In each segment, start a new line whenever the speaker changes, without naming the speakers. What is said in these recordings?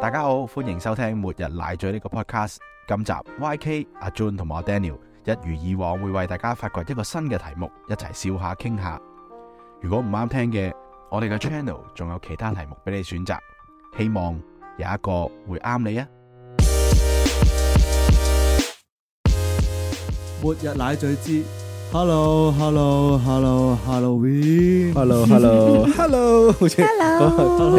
大家好，歡迎收聽《末日奶嘴》呢個 podcast。今集 YK 阿 Jun 同埋我 Daniel 一如以往會為大家發掘一個新嘅題目，一齊笑下傾下。如果唔啱聽嘅，我哋嘅 channel 仲有其他題目俾你選擇，希望有一個會啱你啊！
末日奶嘴之 Hello Hello Hello Halloween，
Hello Hello Hello，好似
Hello，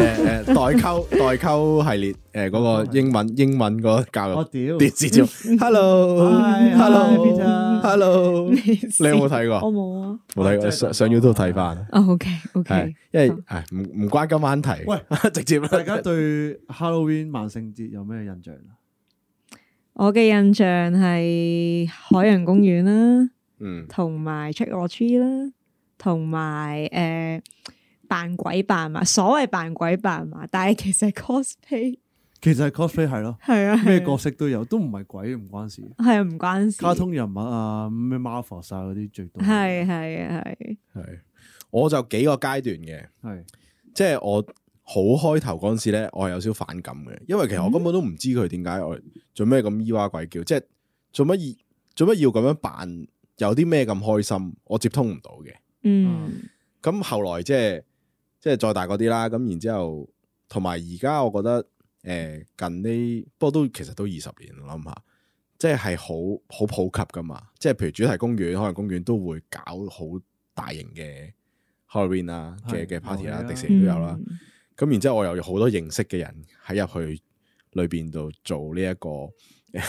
誒誒代溝代溝系列誒嗰個英文英文嗰個教
我
育
屌
電視節目 Hello
Hi, hi, Peter
Hello Hello，
咩事
你有 冇睇
我
過？
冇啊。
冇睇過，上上 YouTube 睇翻。
哦，OK
係
OK，，
因為
好
唉唔唔關今晚題，
喂
直接啦
大家對 Halloween 萬聖節有咩印象啊？
我嘅印象係海洋公園啦，
嗯
同埋 Trick or Treat 啦，同埋誒扮鬼扮馬，所謂扮鬼扮馬，但係其實係 cosplay
其實係 cosplay 係咯，
係啊，
咩角色都有，都唔係鬼，唔關事。
係啊唔關事，
卡通人物啊，咩 Marvel 晒嗰啲最多。
係係係
係，我就幾個階段嘅。
係
即係我好開頭嗰阵时咧，我係有少反感嘅，因為其實
嗯
我根本都唔知佢點解我做咩咁咿哇鬼叫，即係做乜要做乜要咁樣扮，有啲咩咁開心，我接通唔到嘅。
嗯
咁後來即係即係再大嗰啲啦，咁然之后同埋而家我覺得诶、呃近呢，不過都其實都二十年啦，我諗下。即係好好普及噶嘛，即係譬如主題公園、海洋公園都會搞好大型嘅 Halloween 啦
係
嘅
啊
嘅 party 啦，
有嘅
迪士尼
嗯
都有啦。咁然之後我又有好多認識嘅人喺入去裏邊度做呢、一個誒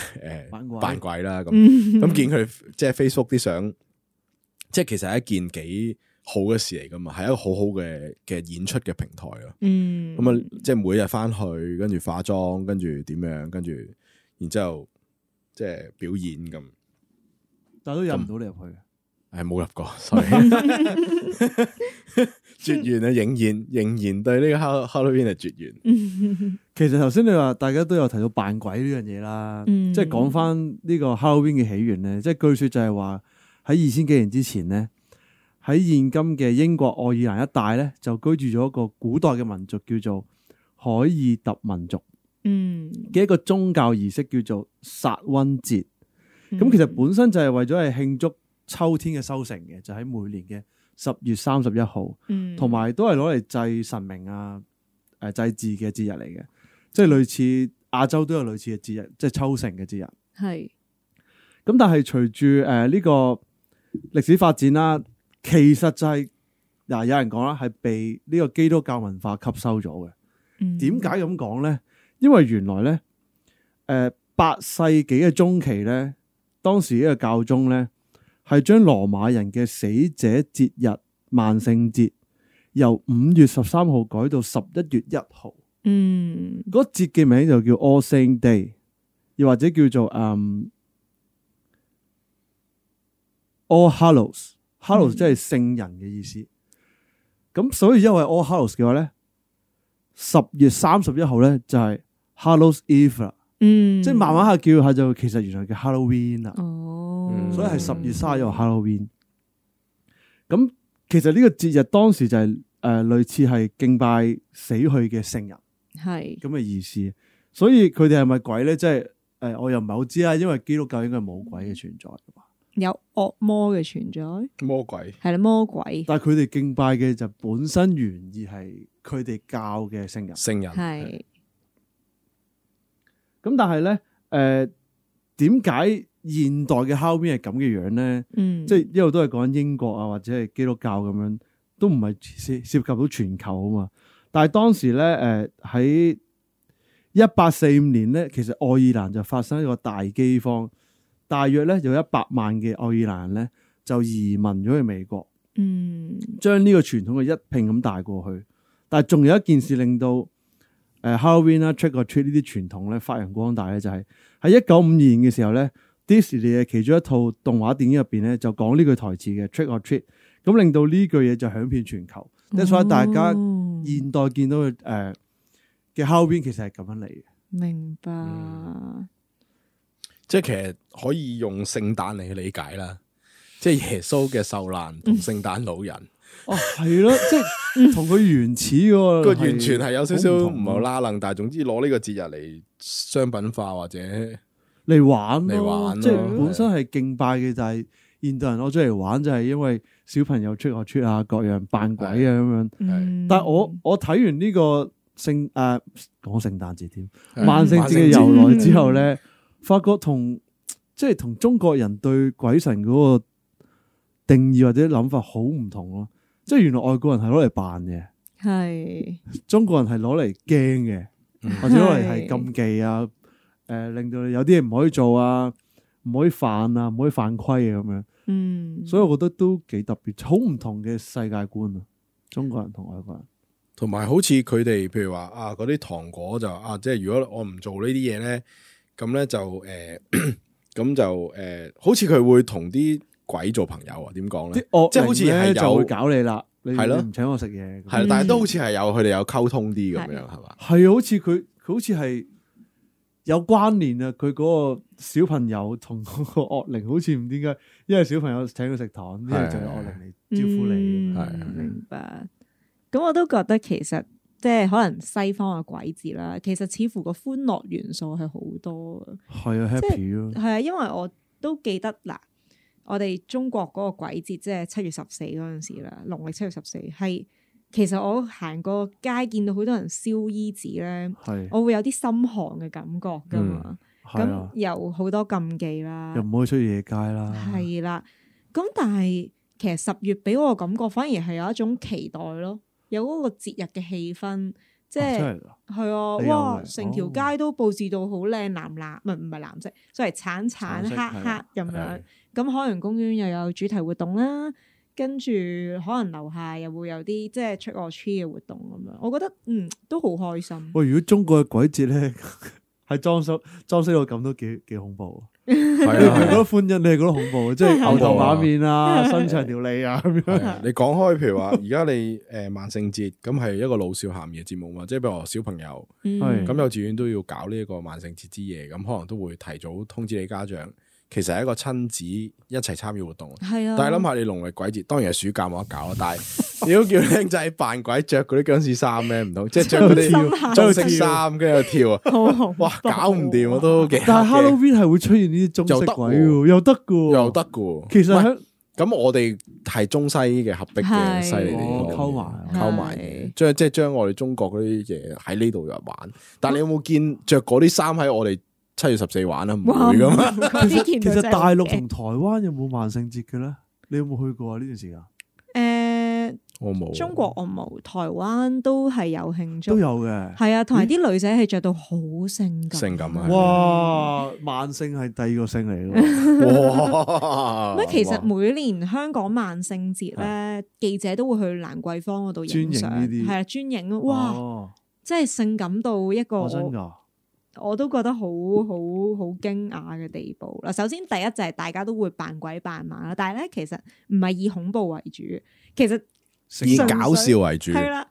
扮
誒
鬼
扮鬼啦咁，
嗯
咁見佢即係 Facebook 啲相，即係其實係一件幾好嘅事嚟噶嘛，係一個好好嘅嘅演出嘅平台咯。
嗯
咁啊，即係每日翻去，跟住化妝，跟住點樣，跟住然之後即係表演咁，
但係都入唔到你入去嘅。
係冇入 過，sorry，絕緣啊，仍然仍然對呢個 Halloween 係絕緣。
其實頭先你話大家都有提到扮鬼呢樣嘢啦，
嗯
即係講翻呢個 Halloween 嘅起源咧，即係據說就係話喺二千幾年之前咧，喺現今嘅英國愛爾蘭一帶咧，就居住咗一個古代嘅民族叫做海爾特民族
嗯
嘅一個宗教儀式叫做薩溫節。
嗯
咁其實本身就係為咗係慶祝秋天嘅收成嘅，就喺每年嘅十月三十一號。
嗯
同埋都係攞嚟祭神明啊、誒、祭祀嘅節日嚟嘅，即係類似亞洲都有類似嘅節日，即係秋成嘅節日。
係
咁但係隨住誒呢個歷史發展啦，其實就係、嗱、有人講啦，係被呢個基督教文化吸收咗嘅。
嗯
點解咁講咧？因為原來咧，誒、八世紀嘅中期咧，當時呢個教宗咧係將羅馬人嘅死者節日萬聖節由五月十三號改到十一月一號，
嗯
嗰節嘅名就叫 All Saint Day，又或者叫做嗯 All Hallows，Hallows 即係聖人嘅意思。咁所以因為 All Hallows 嘅話咧，十月三十一號咧就係 Hallows Eve 啦，
嗯
即係慢慢下叫下就其實原來叫 Halloween 啦，
哦，
嗯
所以係十月三十一號 Halloween。咁其實呢個節日當時就係、誒、類似係敬拜死去嘅聖人。
係
咁嘅意思。所以佢哋係咪鬼咧？即係誒、呃我又唔係好知啦，因為基督教應該係冇鬼嘅存在㗎嘛。
有惡魔嘅存在，
魔鬼
係啦，魔鬼
但係佢哋敬拜嘅就本身原意係佢哋教嘅聖人。咁
聖人
係
但係咧誒，點、解現代嘅 Halloween 係咁嘅樣咧？
嗯，
即係一路都係講緊英國啊，或者係基督教咁樣，都唔係涉涉及到全球啊嘛。但係當時咧，誒喺一八四五年咧，其實愛爾蘭就發生一個大饑荒，大約咧有一百萬嘅愛爾蘭人咧就移民咗去美國，
嗯
將呢個傳統嘅一拼咁帶過去。但係仲有一件事令到誒、呃 Halloween 啦、Trick or Treat 呢啲傳統咧發揚光大咧，就係喺一九五二年嘅時候咧，Disney 嘅其中一套動畫電影入邊咧就講呢句台詞嘅 Trick or Treat，咁令到呢句嘢就響遍全
哦
球。即係所以大家
哦
現代見到嘅誒嘅 Halloween 其實係咁樣嚟嘅，
明白，
即係其實可以用聖誕嚟理
嗯
解啦，即係耶穌嘅受難同聖誕老人，
哦係咯，即係 同佢原始嗰
個
個
完全係有少少
好唔
唔
同
係拉楞，但係總之攞呢個節日嚟商品化 或者
嚟玩
嚟
咯，
玩
即係
咯
本身係敬拜嘅，但係現代人攞咗嚟玩就係因為小朋友出學出啊，各樣扮鬼啊咁樣。
嗯
但係我我睇完呢個聖誒講聖誕節添，
係
萬聖節嘅
萬聖節
由來之
嗯
後咧，發覺同即係同中國人對鬼神嗰個定義或者諗法好唔同咯。即係原來外國人係攞嚟扮嘅，
係
中國人係攞嚟驚
嗯
嘅，或者攞嚟係禁忌啊，誒、令到你有啲嘢唔可以做啊，唔可以犯啊，唔可以犯規啊咁樣。
嗯，
所以我覺得都幾特別，好唔同嘅世界觀啊！中國人同外國人。
同埋好似佢哋譬如話啊嗰啲糖果就啊，即係如果我唔做呢啲嘢咧，咁咧就誒 咁、就誒、好似佢會同啲鬼做朋友啊？點講咧
啲？惡
即係好似係有
咧就會搞你啦，你
係咯
你唔請我食嘢，
係啦，
嗯
但係都好似係有佢哋有溝通啲咁樣係嘛？
係啊好似佢佢好似係有關聯啊！佢嗰個小朋友同嗰個 惡靈好似唔點解，因為小朋友請佢食糖，因為就有惡靈嚟招呼你。
嗯
係
明白。咁我都覺得其實即係可能西方嘅鬼節啦，其實似乎個歡樂元素係好多嘅。
係啊
即
，happy 咯，
係啊，因為我都記得嗱，我哋中國嗰個鬼節即係七月十四嗰陣時啦，
嗯
農曆七月十四係其實我行過街見到好多人燒衣紙咧，
係
我會有啲心寒嘅感覺噶嘛。
係
咁
啊，
有好多禁忌啦
又，唔可以出夜街啦。
啊
啊
係啦。咁但係其實十月俾我嘅感覺反而係有一種期待咯，有嗰個節日嘅氣氛，即
哦
係。
真係㗎
係啊，
你有
哇！
嘅
成條
哦
街都佈置到好靚，藍藍唔係唔係藍色，即係橙橙
橙
黑
色係
黑
啊
咁
係
樣。咁海洋公園又有主題活動啦，跟住可能樓下又會有啲即係 trick or treat 嘅活動咁樣。我覺得嗯都好開心。
喂，如果中國嘅鬼節咧， 係裝修裝修到咁都幾幾恐怖啊。你
係啊
係覺得歡欣，你係覺得恐怖啊，即係牛頭馬面啊，伸長條脷啊咁 樣。
係啊你講開，譬如話而家你誒萬聖節咁係一個老少咸宜嘅節目嘛，即係譬如話小朋友
嗯
係
咁幼稚園都要搞呢一個萬聖節之夜，咁可能都會提早通知你家長，其實係一個親子一齊參與活動。
係啊，
但係諗下你農曆鬼節，當然係暑假冇得搞啦，啊但係 你都叫僆仔扮鬼着嗰啲僵屍衫咩？唔通即係着嗰啲中式衫跟住又跳啊！
好恐怖
哇，搞唔掂我都幾
但係
黑嘅
Halloween 係會出現呢啲中式鬼
又
喎，又得噶，
又得。噶喎。
其實
唔係
喺
咁我哋係中西嘅合璧嘅
係
犀利地
哦
方，
溝埋
溝埋嘅，將即係將我哋中國嗰啲嘢喺呢度入玩。但你有冇見着嗰啲衫喺我哋七月十四玩啊？唔
哇！
會噶嘛？
嗰啲見
其
到
實
真係好
大陸同
驚
台灣有冇萬聖節嘅咧？你有冇去過啊？呢段時間
誒
我冇。
中國我冇，台灣都係有慶祝
都，有嘅。
係啊，同埋啲女仔係着到好性感，
性感啊係
哇！萬聖係第二個聖嚟嘅，啊
哇！
咁其實每年香港萬聖節咧，記者都會去蘭桂坊嗰度影相，
專影呢啲
係啊，專影咯，哇！
哦！
真係性感到一個
我真
我
㗎，
我都覺得好好好驚訝嘅地步嗱。首先第一就係大家都會扮鬼扮馬啦，但係咧其實唔係以恐怖為主，其實
以搞笑為主，
係啦。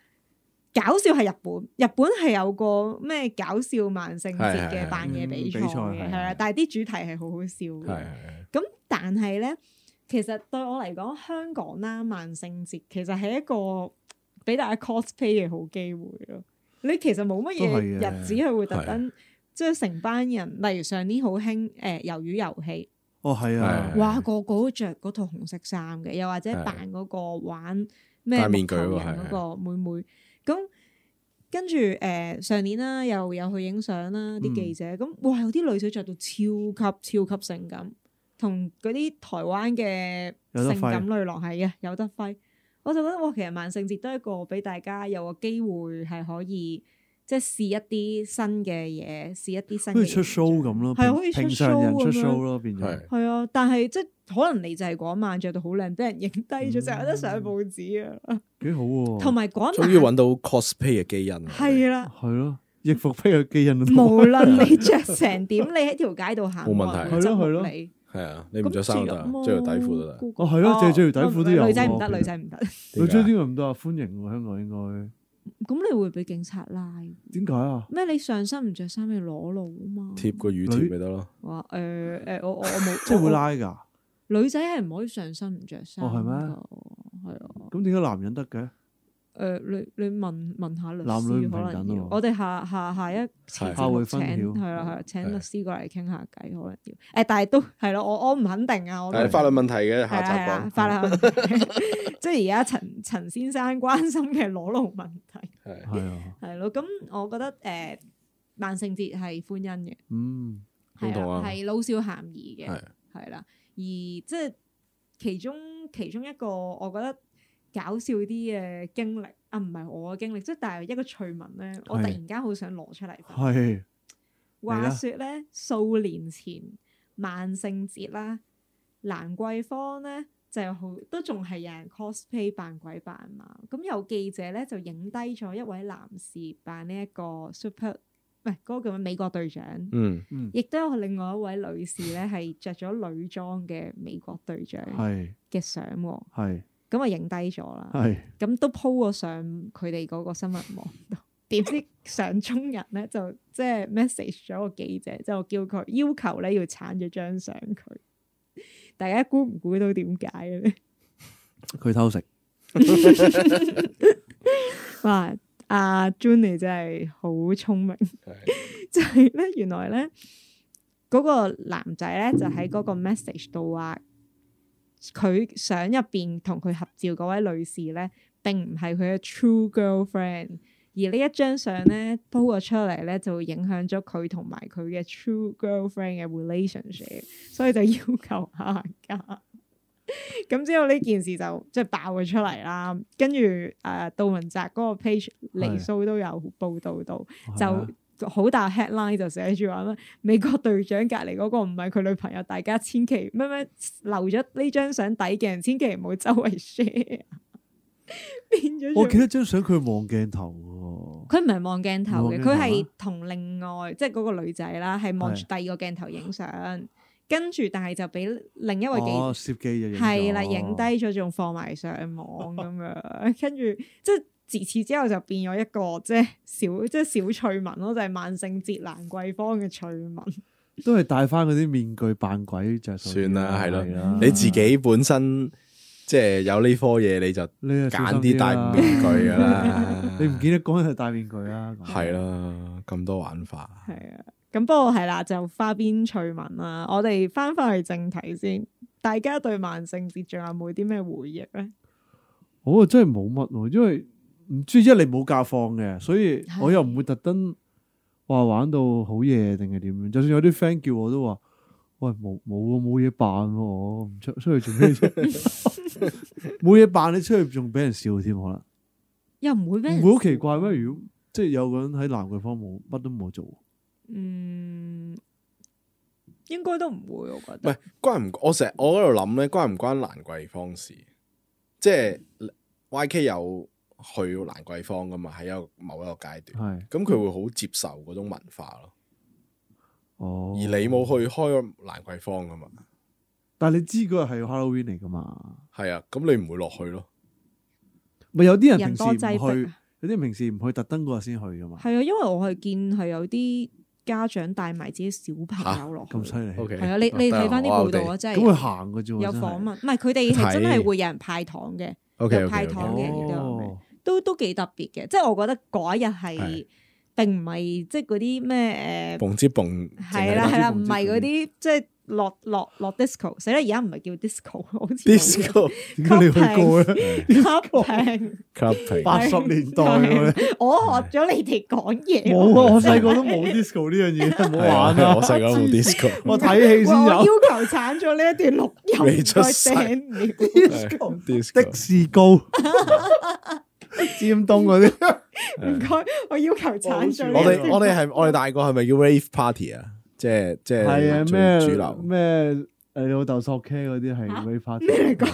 搞笑係日本，日本係有個咩搞笑萬聖節
係係
嘅
係
扮嘢比賽
嗯比賽係
嘅，係啦，但係啲主題係好好笑嘅。
係
咁但係咧，其實對我嚟講，香港啦萬聖節其實係一個俾大家 cosplay 嘅好機會咯。你其實冇乜
都
嘢
係嘅
日子係會特登，即係成班人，例如上年好興誒魷魚遊戲，
哦係啊
係，
哇個個都着嗰套紅色衫嘅，又或者
係
扮嗰個玩咩
戴面
木
具
頭
嗰
人
個
嗰個妹妹，咁跟住誒上年啦，又有去影相啦，啲
嗯
記者咁，哇有啲女仔着到超級超級性感，同嗰啲台灣
有
嘅
得揮
性感女郎係嘅啊有得揮，我就覺得哇，其實萬聖節都係一個俾大家有個機會係可以即係試一啲新嘅嘢，試一啲新嘅
好似出
形象
show 咁咯，
係啊好似出
平常人
show
出
咁樣
show 咯，變咗
係。
係啊，但係即係可能你就係嗰晚着到好靚，俾人影低咗，成日都
嗯
上報紙
嗯
啊。
幾好喎。
同埋嗰
終於
一
揾
晚
到 cosplay 嘅基因啦。
係啊啦，
係咯，易服披嘅基因都
無論你着成點，你喺條街度行，
冇問題
冇人會執
係咯係咯
你
係啊，你唔着衫得啊，
咁
着條底褲都得
住咁
哦係咯，淨係着條底褲都有喎。
女仔唔得，女仔唔得。
女仔
點解
點解唔得啊？歡迎喎，香港應
咁你會俾警察拉？
該點解啊？
咩？你上身唔着衫，你裸露啊嘛？
貼個乳貼咪得咯。
話誒誒，我我我冇，
即係會
我。
拉㗎。
女仔係唔可以上身唔着衫㗎。
哦係咩
係啊。
咁點解男人得嘅？
诶，呃你你問問下律
男女
師
唔平
可
等啊
能要，
喎
我哋下下下一次
係
節
下
目請
回分曉
係啦係啦，請
係
律師過嚟傾下偈，可能要诶，但係都係咯，我我唔肯定啊，我都
係法律問題嘅
係
下集
啦係啊啦
講，
法律問題即係而家陳陳先生關心嘅裸露問題
係
系啊，
係咯，咁我覺得诶萬聖節係歡欣嘅，
嗯，
認
係
同
啦
啊
係老少咸宜嘅
係。
係啦。而即係其中其中一個，我覺得搞笑啲嘅經歷啊，唔係我嘅經歷，即係但係一個趣聞咧，我突然間好想攞出嚟分。
系嚟啦
話說咧，數年前萬聖節啦，蘭桂坊咧就有好都仲係有人 cosplay 扮鬼扮馬，咁有記者咧就影低咗一位男士扮呢一個 super 唔係嗰個叫咩美國隊長。
嗯，
亦都有另外一位女士咧，係着咗女裝嘅美國隊長
系
嘅相喎，
系
咁啊影低咗啦，
系
咁都 po 咗上佢哋嗰個新聞網度。 點知上中人咧就即係 message 咗個記者，就叫佢要求咧要鏟咗張相佢。大家估唔估到點解嘅咧？
佢偷食，
哇！阿 Junie 真係好聰明。
係
就係咧，原來咧嗰、個男仔咧就喺嗰個 message 度話，佢相入邊同佢合照嗰位女士咧，並唔係佢嘅 true girlfriend，而呢一張相咧 po 咗出嚟咧，就會影響咗佢同埋佢嘅 true girlfriend 嘅 relationship，所以就要求下架。咁之後呢件事就即係爆咗出嚟啦，跟住誒杜汶澤嗰個 page 離騷都有報導到，
啊
就好大 headline 就寫住話咩美國隊長隔離嗰個唔係佢女朋友，大家千祈咩咩留咗呢張相底嘅人，千祈唔好周圍 share。變咗做
我記得張相佢望鏡頭
佢唔係望鏡頭嘅，
唔望鏡頭
佢
啊
係同另外即係嗰個女仔啦，係望住第二個鏡頭影相，跟住但係就俾另一
喎，
位記者
哦，攝記就影咗
係啦，影低，咗仲放埋上網咁樣， 跟住即係自此之後就變咗一個即係小 即係小趣聞咯，就係、萬聖節蘭桂坊嘅趣聞。
都係戴翻嗰啲面具扮鬼着數啲
算啦，係
係
咯
啦，
你自己本身即係有呢科嘢，你就
你啊
揀
小
啲
心
戴
啦
面具噶， 啦，
你唔見得嗰日戴面具啊啦，
係啊啦，咁多玩法，
係啊，咁不過係啦，就花邊趣聞啦。我哋翻返去正題先，大家對萬聖節仲有冇啲咩回憶咧？
我啊真係冇乜喎，因為唔知一嚟冇假放嘅，所以我又唔會特登話玩到好夜定係點樣。就算有啲 friend 叫我都話：喂，冇冇啊冇嘢扮喎，我唔出出去做咩 啫？冇嘢扮，你出去仲俾人笑添，可能
又唔會俾人
唔會好奇怪咩？如果即係有個人喺蘭桂坊冇乜都冇做，
嗯，應該都唔會，我覺
唔係
得。
關唔我成日我喺度諗咧，關唔關蘭桂坊事？即係 YK 有去蘭桂坊噶嘛？喺有某一個階段，
係
咁佢會好接受嗰種文化咯。
哦。
而你冇去開蘭桂坊噶嘛？
但係你知嗰日係 Halloween 嚟噶嘛？
係啊，咁你唔會落去咯。
咪有啲人
人
平時
多
唔
擠逼
去
啊，
有啲人平時唔去，特登嗰日先去噶嘛？
係啊，因為我係見係有啲家長帶埋自己小朋友落去。
咁犀利。
O K，
係啊，你你睇翻啲報道啊，真
咁佢
係
行嘅啫喎，
有
真係
訪問，唔係佢哋係真係
睇
會有人派糖嘅，
O K
有
O
派
K，
糖嘅亦都有咩
哦
都都幾特別嘅。即係我覺得嗰一日係
係
並唔係即係嗰啲咩
蹦之蹦
誒
淨
係
係
啦
嗰啲
係啦，唔
紅色
係嗰啲即係落落落 disco 死啦！而家唔係叫 disco，好似
disco
點解你去過啊咧？
clubbing。
clubbing
八十年代嘅咧，
我學咗你哋講嘢，
冇啊！我細個都冇 disco 呢樣 嘢，唔好玩啊！
我細個
黐
冇
線
disco，
我睇戲
哇
先
我要
有
求鏟咗呢一段錄音，
未出世
世。
係 disco
的士高、尖東嗰啲，
唔該，我要求鏟咗呢一段
我哋我哋係我哋大個係咪叫 rave party 啊？即係即係
係啊咩
最主流
咩誒老豆索 K 嗰啲係
嚇
rave party，
咩嚟講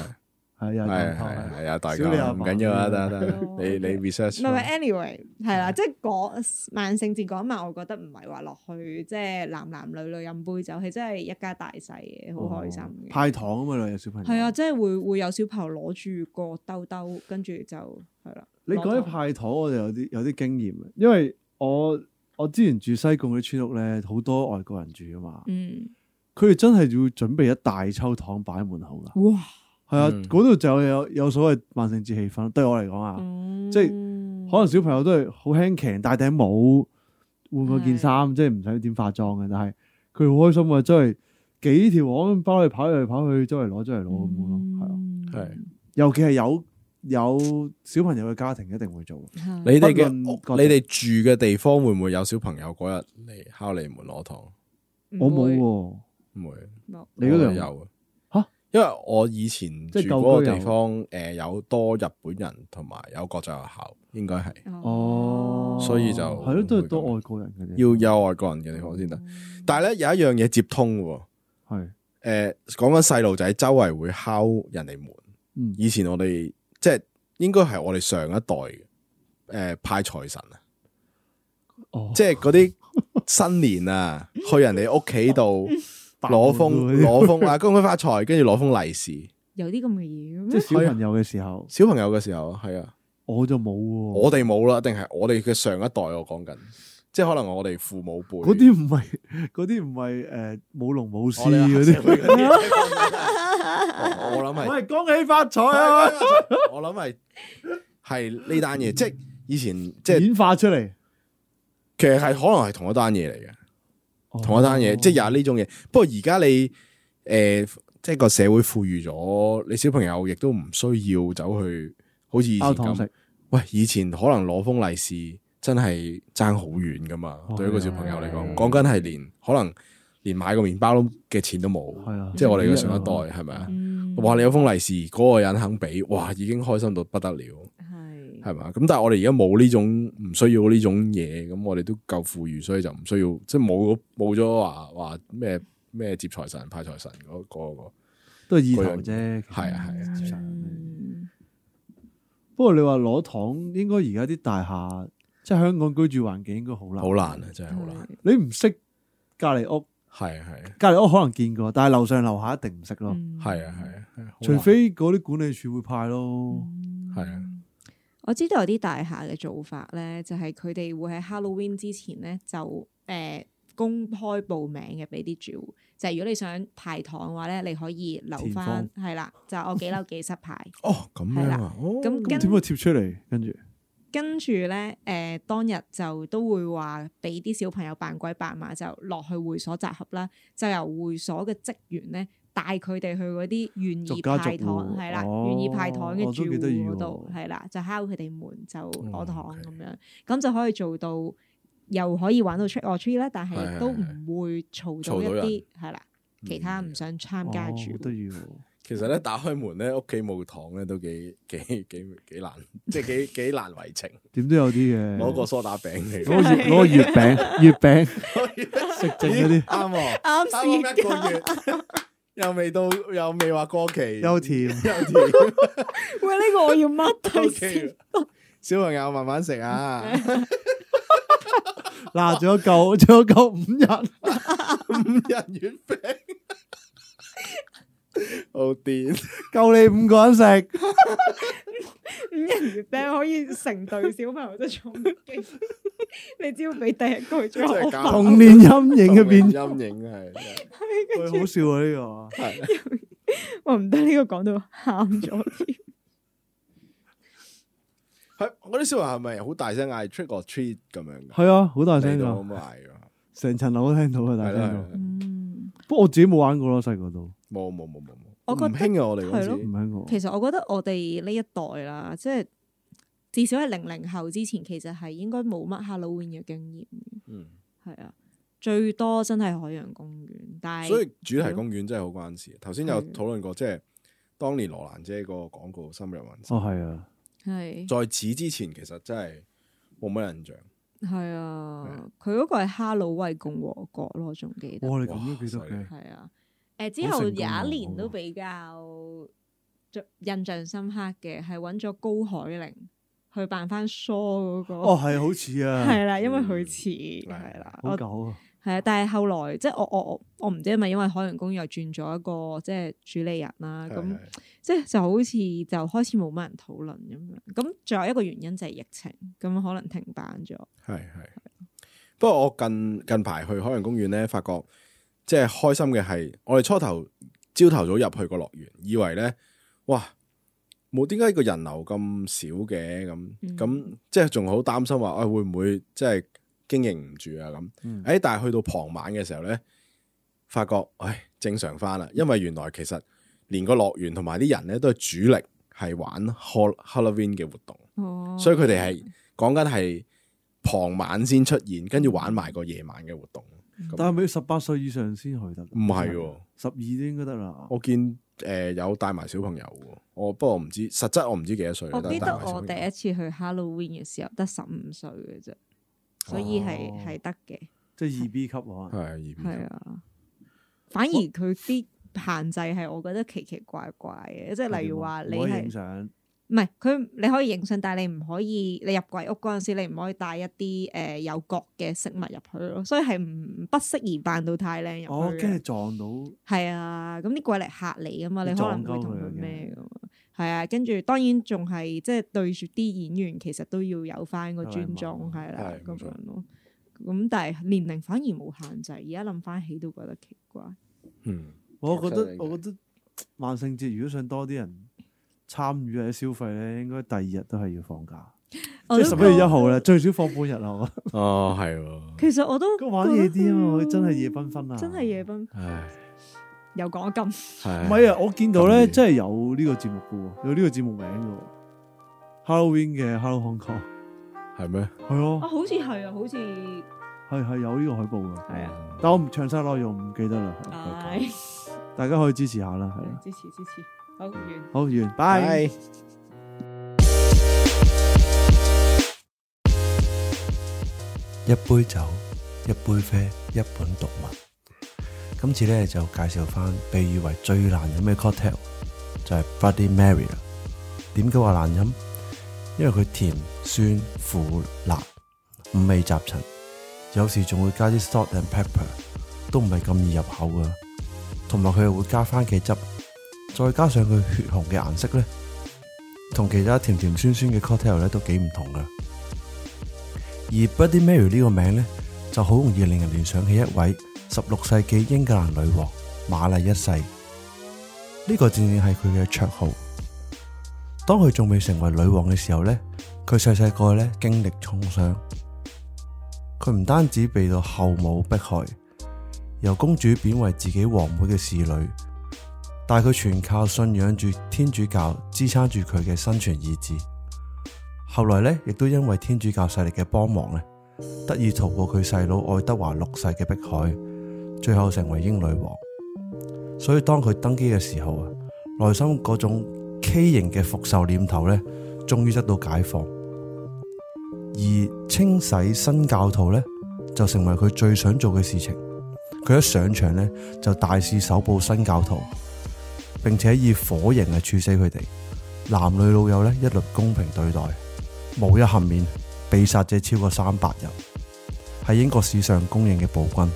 係啊，
係
大
係
頭
係啊，大
小李阿
家唔
嫲
緊要
嗰
啊，
啲
得得，
哦
你你 research
唔係唔係，anyway 係啦，即係嗰萬聖節嗰晚，我覺得唔係話落去即係男男女女飲杯酒，係真係一家大細嘅，好開心
哦
嘅。
派糖啊嘛，兩日小朋友
係啊，即係會會有小朋友攞住個兜兜，跟住就係啦。
你講起
攞糖
派糖，我就有啲有啲經驗嘅，因為我我之前住西貢嗰啲村屋咧，好多外國人住啊嘛，
嗯，
佢哋真係要準備一大抽糖擺喺門口噶，
哇，
係啊，
嗯
嗰度就有有所謂萬聖節氣氛。對我嚟講
嗯
啊，
哦
即係可能小朋友都係好輕騎，戴頂帽，換個件衫，即係唔使點化妝嘅。但係佢好開心啊，真係幾條巷包你跑嚟跑去，周圍攞周圍攞咁樣咯。
嗯
係啊，
係
尤其係有有小朋友嘅家庭一定會做。
係
你哋嘅
不論
屋
各地
你哋住嘅地方會唔會有小朋友嗰日嚟敲你門攞糖？
我
唔
冇
會
喎，
唔會，
冇
你嗰度有
我
冇
有
吓？
因為我以前住
即係舊
嗰個
區有
地方，诶有多日本人同埋有國際學校，應該
嗯
係
哦，
所以就
係咯，都係多外國人嘅啫。
要有外國人嘅地方先得。但係咧有一樣嘢接通嘅喎，
係
诶講緊細路仔周圍會敲人哋門。
嗯
以前我哋即係應該係我哋上一代嘅，诶派財神啊。
哦，
即係嗰啲新年 啊，去人哋屋企度攞
門
封
嗰啲
攞封啊，恭喜發財，跟住攞封利是。
有啲咁嘅嘢嘅
即係
咩？
小
啊
朋友嘅時候，
小朋友嘅時候係啊，
我就冇喎。
我哋冇啦，定係我哋嘅上一代我講緊，即係可能我哋父母輩
嗰啲唔係嗰啲唔係誒舞龍舞獅
我哋
嗰
黑社
啲
會。嗰啲我我諗係。
喂，恭喜發財啊！
我諗係係呢單嘢，即係以前即係
演化出嚟，
其實係可能係同一單嘢嚟嘅。
哦
同一單嘢，即係有呢種嘢。不過而家你诶、即係個社會富裕咗，你小朋友亦都唔需要走去好似以前
包糖啊食
咁。，喂，以前可能攞封利是真係爭好遠噶嘛，
哦
對一個小朋友嚟
係
講，講緊係連可能連買個麵包都嘅錢都冇，
係啊，
即係我哋嘅上一代係咪啊？
嗯
哇！你有封利是，嗰、個人肯俾，哇，已經開心到不得了，
係
係咪啊？咁但係我哋而家冇呢種唔需要呢種嘢，咁我哋都夠富裕，所以就唔需要，即係冇冇咗話話咩咩接財神派財神嗰、嗰個
都係意頭啫。
係啊係啊係啊，
嗯
不過你話攞糖，應該而家啲大廈，即係香港居住環境應該好難。
好難啊，真係好難，
係
你唔識隔離屋，
係啊係啊
隔離屋可能見過，但係樓上樓下一定唔識咯。
嗯
係啊係啊係啊，好難
除非嗰啲管理處會派
嗯
咯。
係啊
我知道有啲大廈嘅做法咧，就係佢哋會喺 Halloween 之前咧就誒、呃公開報名嘅俾啲住户，就係、如果你想派糖嘅話咧，你可以留
填
翻係啦，就係我幾樓幾室派。
哦咁樣啊，哦
咁
咁
跟
點會貼出嚟？跟住
跟住咧，誒、當日就都會話俾啲小朋友扮鬼扮馬，就落去會所集合啦，就由會所嘅職員咧帶佢哋去嗰啲願
逐
意
家逐
派糖
戶
係啦，
哦
願意派糖嘅
哦
住
都幾得意
戶
喎哦
嗰度係啦，就敲佢哋門就攞糖
OK
咁樣，咁就可以做到又可以玩到 trick or treat 啦，但係亦都唔會嘈到
嘈
一
到人
啲係啦，其他唔想參加
哦
住
好
戶
得意喎。
其實咧打開門咧，屋企冇糖咧都幾 幾幾幾難，即係幾幾難為情。
點都有啲嘅。
攞個梳打餅 嚟，
攞個月攞個月 餅，月餅食剩嗰啲
啱喎，
哦
啱
啱
時
啱一個月， 又未到，又未話過期，
又 甜。
又甜
喂，呢個我 要 mark 低
，OK。小朋友慢慢食啊，
嗱，仲有夠， 仲有夠五日。
五人月餅，好癲，
够你五個人食，
五人月餅可以成隊小朋友即係 衝擊，你只要俾第一句最
真
後
係
我
搞
童年陰影嘅 變，
陰影係
喂好笑啊呢
係
我唔得呢個講到喊咗添，
係嗰啲小朋友係咪好大聲嗌 trick or treat 咁樣㗎？
個，係啊，好大聲
嚟
噶
到咁，嗌㗎，
成層樓都啊聽到啊，大
係
家聽
啦係
到。
啦，
嗯，
不過我自己冇玩過咯，細個都
冇冇冇冇冇，
我覺得
唔興啊！我哋嗰
係咯
唔
時
玩過。
哦其實我覺得我哋呢一代啦，即係至少係零零後之前，其實係應該冇乜 Halloween 嘅經驗，
嗯。
係啊，最多真係海洋公園，但係
所以主題公園真係好關事。頭先有
係
討論過，即係當年羅蘭姐個廣告《深入民心
哦，》，係啊，
係
在此之前其實真係冇乜印象。
係啊，佢嗰個係哈魯威共和國咯，仲記得。
哇，你咁都記得
哇犀利
嘅，
係啊，誒之
好
後有
成功啊
一年
好啊
都比較最印象深刻嘅係揾咗高海寧去扮翻 Shaw 嗰個，
哦係好似啊，
係啦，因為佢
嗯
似係啦，
好
我
舊啊，
係啊，但係後來即係我我我我唔知係咪因為海洋公園又轉咗一個即係主理人啦，咁
係
即係就好似就開始冇乜人討論咁樣，咁仲有一個原因就係疫情，咁可能停辦咗，
係係。不過我近近排去海洋公園咧，發覺即係開心嘅係，我哋初頭朝頭早入去個樂園，以為咧哇，冇點解個人流咁少嘅咁
嗯
咁，即係仲好擔心話，哎會唔會即係經營唔住啊咁？
嗯
诶、但係去到傍晚嘅時候咧，發覺唉正常翻啦，因為原來其實連個樂園同埋啲人咧都係主力係玩 Hall- Halloween 嘅活動，
哦，
所以佢哋係講緊係傍晚先出現，跟住玩埋個夜晚嘅活動。咁
但係咪要十八歲以上先去
啊
得㗎？
唔係
嗯
喎，
十二都應該得啦。
我見诶、誒有帶埋小朋友喎，我不過唔知實質我唔知幾多歲啦，
我
但係
記
帶
得
埋小
我
朋
第
友
一次去 Halloween 嘅時候得十五歲嘅啫，所以係
哦
係得嘅，
即係二 B 級喎。
係二五
係啊。反而佢啲限制係我覺得奇奇怪怪嘅，即係例如話你
啊唔可以
係
影相，
唔係佢你可以影相，但係你唔可以你入鬼屋嗰陣時，你唔可以帶一啲誒、呃有角嘅飾物入去咯，所以係唔不適宜扮到太靚
我
入去
驚
嘅
你。撞到
係啊，咁啲鬼嚟嚇你噶嘛，
你
你可能會
撞鳩
同
佢啊
佢
嘅
咩噶嘛？係啊，跟住當然仲係即係對住啲演員，其實都要有翻個尊
禮
重
貌
係啦
係，
咁
冇錯
樣咯。咁但係年齡反而冇限制，而家諗翻起都覺得奇怪。
嗯
我覺
真係
得
嘅
我覺得萬聖節如果想多啲人參與或者消費咧，應該第二日都係要放假，
我
即係
都
十一月一
覺
號咧，最少放半日啦。 我覺得
哦係喎，
其實我都
咁玩夜啲啊嘛，
覺得
真係夜繽紛啊，
真係夜奔，
唉
又講咁
係
唔係啊！我見到咧，
咁夜
真係有呢個節目嘅喎，有呢個節目名嘅喎，Halloween 嘅 Hello Hong Kong，
係咩？
係
啊，
啊，
好似係啊，好似
係係有呢個海報嘅，
係啊，哦
但我唔詳細內容唔記得啦，係
唉，
大家可以支持下啦，係啦，
支持支持，好完。
好完，拜。
拜。
一杯酒、一杯啡、一本讀物。今次咧就介紹翻被譽為最難飲嘅 cocktail，就係 Bloody Mary 啦。點解話難飲？因為佢甜、酸、苦、辣，五味雜陳，有時仲會加啲 salt and pepper，都唔係咁易入口噶。同埋佢又會加番茄汁，再加上佢血紅嘅顏色咧，同其他甜甜酸酸嘅 cocktail 咧都幾唔同噶。而 Bloody Mary 呢個名呢，就好容易令人聯想起一位十六世紀英格蘭女王瑪麗一世。呢、個正正係佢嘅绰號。當佢仲未成為女王嘅時候呢，佢細細個呢經歷創傷，佢唔單止被到後母迫害，由公主貶為自己皇妹嘅侍女，但係佢全靠信仰住天主教支撐住佢嘅生存意志。後來咧，亦都因為天主教勢力嘅幫忙咧，得以逃過佢細佬愛德華六世嘅迫害，最後成為英女王。所以當佢登基嘅時候啊，內心嗰種畸形嘅復仇念頭咧，終於得到解放。而清洗新教徒咧，就成為佢最想做嘅事情。佢一上場咧，就大肆搜捕新教徒，並且以火刑嚟處死佢哋。男女老幼咧一律公平對待，無一幸免。被殺者超過三百人，係英國史上公認嘅暴君。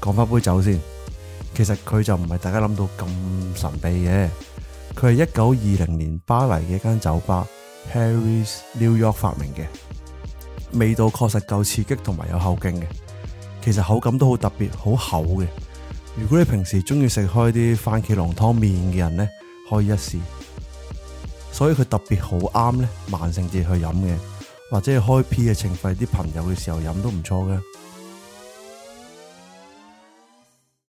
講翻杯酒先，其實佢就唔係大家諗到咁神秘嘅，佢係一九二零年巴黎嘅一間酒吧 Harry's New York 發明嘅，味道確實夠刺激同埋有後勁嘅，其實口感都好特別，好厚嘅。如果你平時中意食開啲番茄濃湯面嘅人呢，可以一試。所以佢特別好啱咧萬聖節去飲嘅，或者係開 P 嘅情費啲朋友嘅時候飲都唔錯嘅。